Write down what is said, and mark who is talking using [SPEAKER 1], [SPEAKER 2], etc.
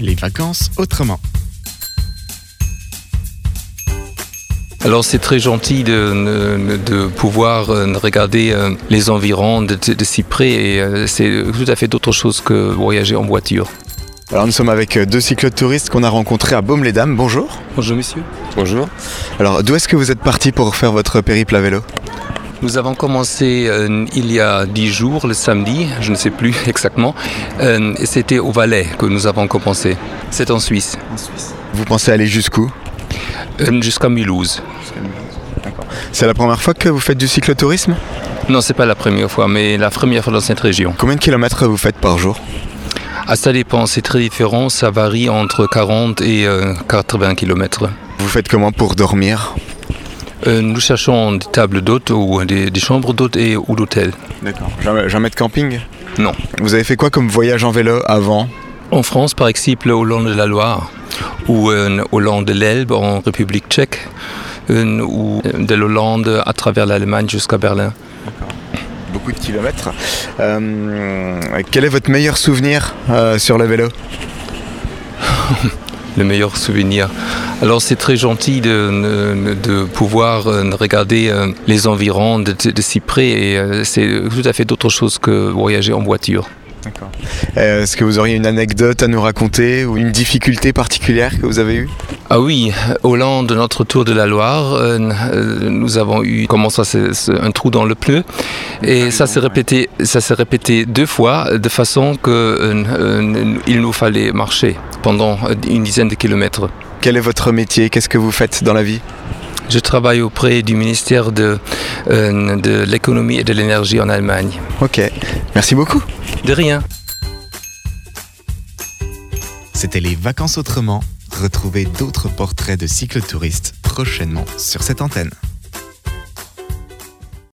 [SPEAKER 1] les vacances autrement.
[SPEAKER 2] Alors c'est très gentil de, de pouvoir euh, regarder les environs de, de, de si près et euh, c'est tout à fait d'autre chose que voyager en voiture.
[SPEAKER 1] Alors nous sommes avec euh, deux cyclotouristes qu'on a rencontrés à Baume-les-Dames. Bonjour.
[SPEAKER 2] Bonjour messieurs.
[SPEAKER 3] Bonjour.
[SPEAKER 1] Alors d'où est-ce que vous êtes partis pour faire votre périple à vélo
[SPEAKER 2] nous avons commencé euh, il y a dix jours, le samedi, je ne sais plus exactement. Euh, C'était au Valais que nous avons commencé. C'est en Suisse.
[SPEAKER 1] En Suisse. Vous pensez aller jusqu'où
[SPEAKER 2] euh, Jusqu'à Mulhouse.
[SPEAKER 1] C'est la première fois que vous faites du cyclotourisme
[SPEAKER 2] Non, c'est pas la première fois, mais la première fois dans cette région.
[SPEAKER 1] Combien de kilomètres vous faites par jour
[SPEAKER 2] ah, Ça dépend, c'est très différent. Ça varie entre 40 et 80 kilomètres.
[SPEAKER 1] Vous faites comment pour dormir
[SPEAKER 2] euh, nous cherchons des tables d'hôtes ou des, des chambres d'hôtes et ou d'hôtels.
[SPEAKER 1] D'accord. Jamais, jamais, de camping
[SPEAKER 2] Non.
[SPEAKER 1] Vous avez fait quoi comme voyage en vélo avant
[SPEAKER 2] En France, par exemple, au long de la Loire ou euh, au long de l'Elbe en République tchèque euh, ou de l'Hollande à travers l'Allemagne jusqu'à Berlin.
[SPEAKER 1] Beaucoup de kilomètres. Euh, quel est votre meilleur souvenir euh, sur le vélo
[SPEAKER 2] le meilleur souvenir. Alors c'est très gentil de, euh, de, pouvoir euh, regarder les environs de, de, de si près et euh, c'est tout à fait d'autre chose que voyager en voiture.
[SPEAKER 1] D'accord. Est-ce que vous auriez une anecdote à nous raconter ou une difficulté particulière que vous avez eue
[SPEAKER 2] Ah oui, au long de notre tour de la Loire, euh, nous avons eu comment ça, c est, c est un trou dans le pneu et ah, ça s'est répété, ouais. ça s'est répété deux fois de façon que euh, euh, il nous fallait marcher pendant euh, une dizaine de kilomètres.
[SPEAKER 1] Quel est votre métier Qu'est-ce que vous faites dans la vie
[SPEAKER 2] je travaille auprès du ministère de, euh, de l'économie et de l'énergie en Allemagne.
[SPEAKER 1] Ok, merci beaucoup.
[SPEAKER 2] De rien.
[SPEAKER 1] C'était les vacances autrement. Retrouvez d'autres portraits de cyclotouristes prochainement sur cette antenne.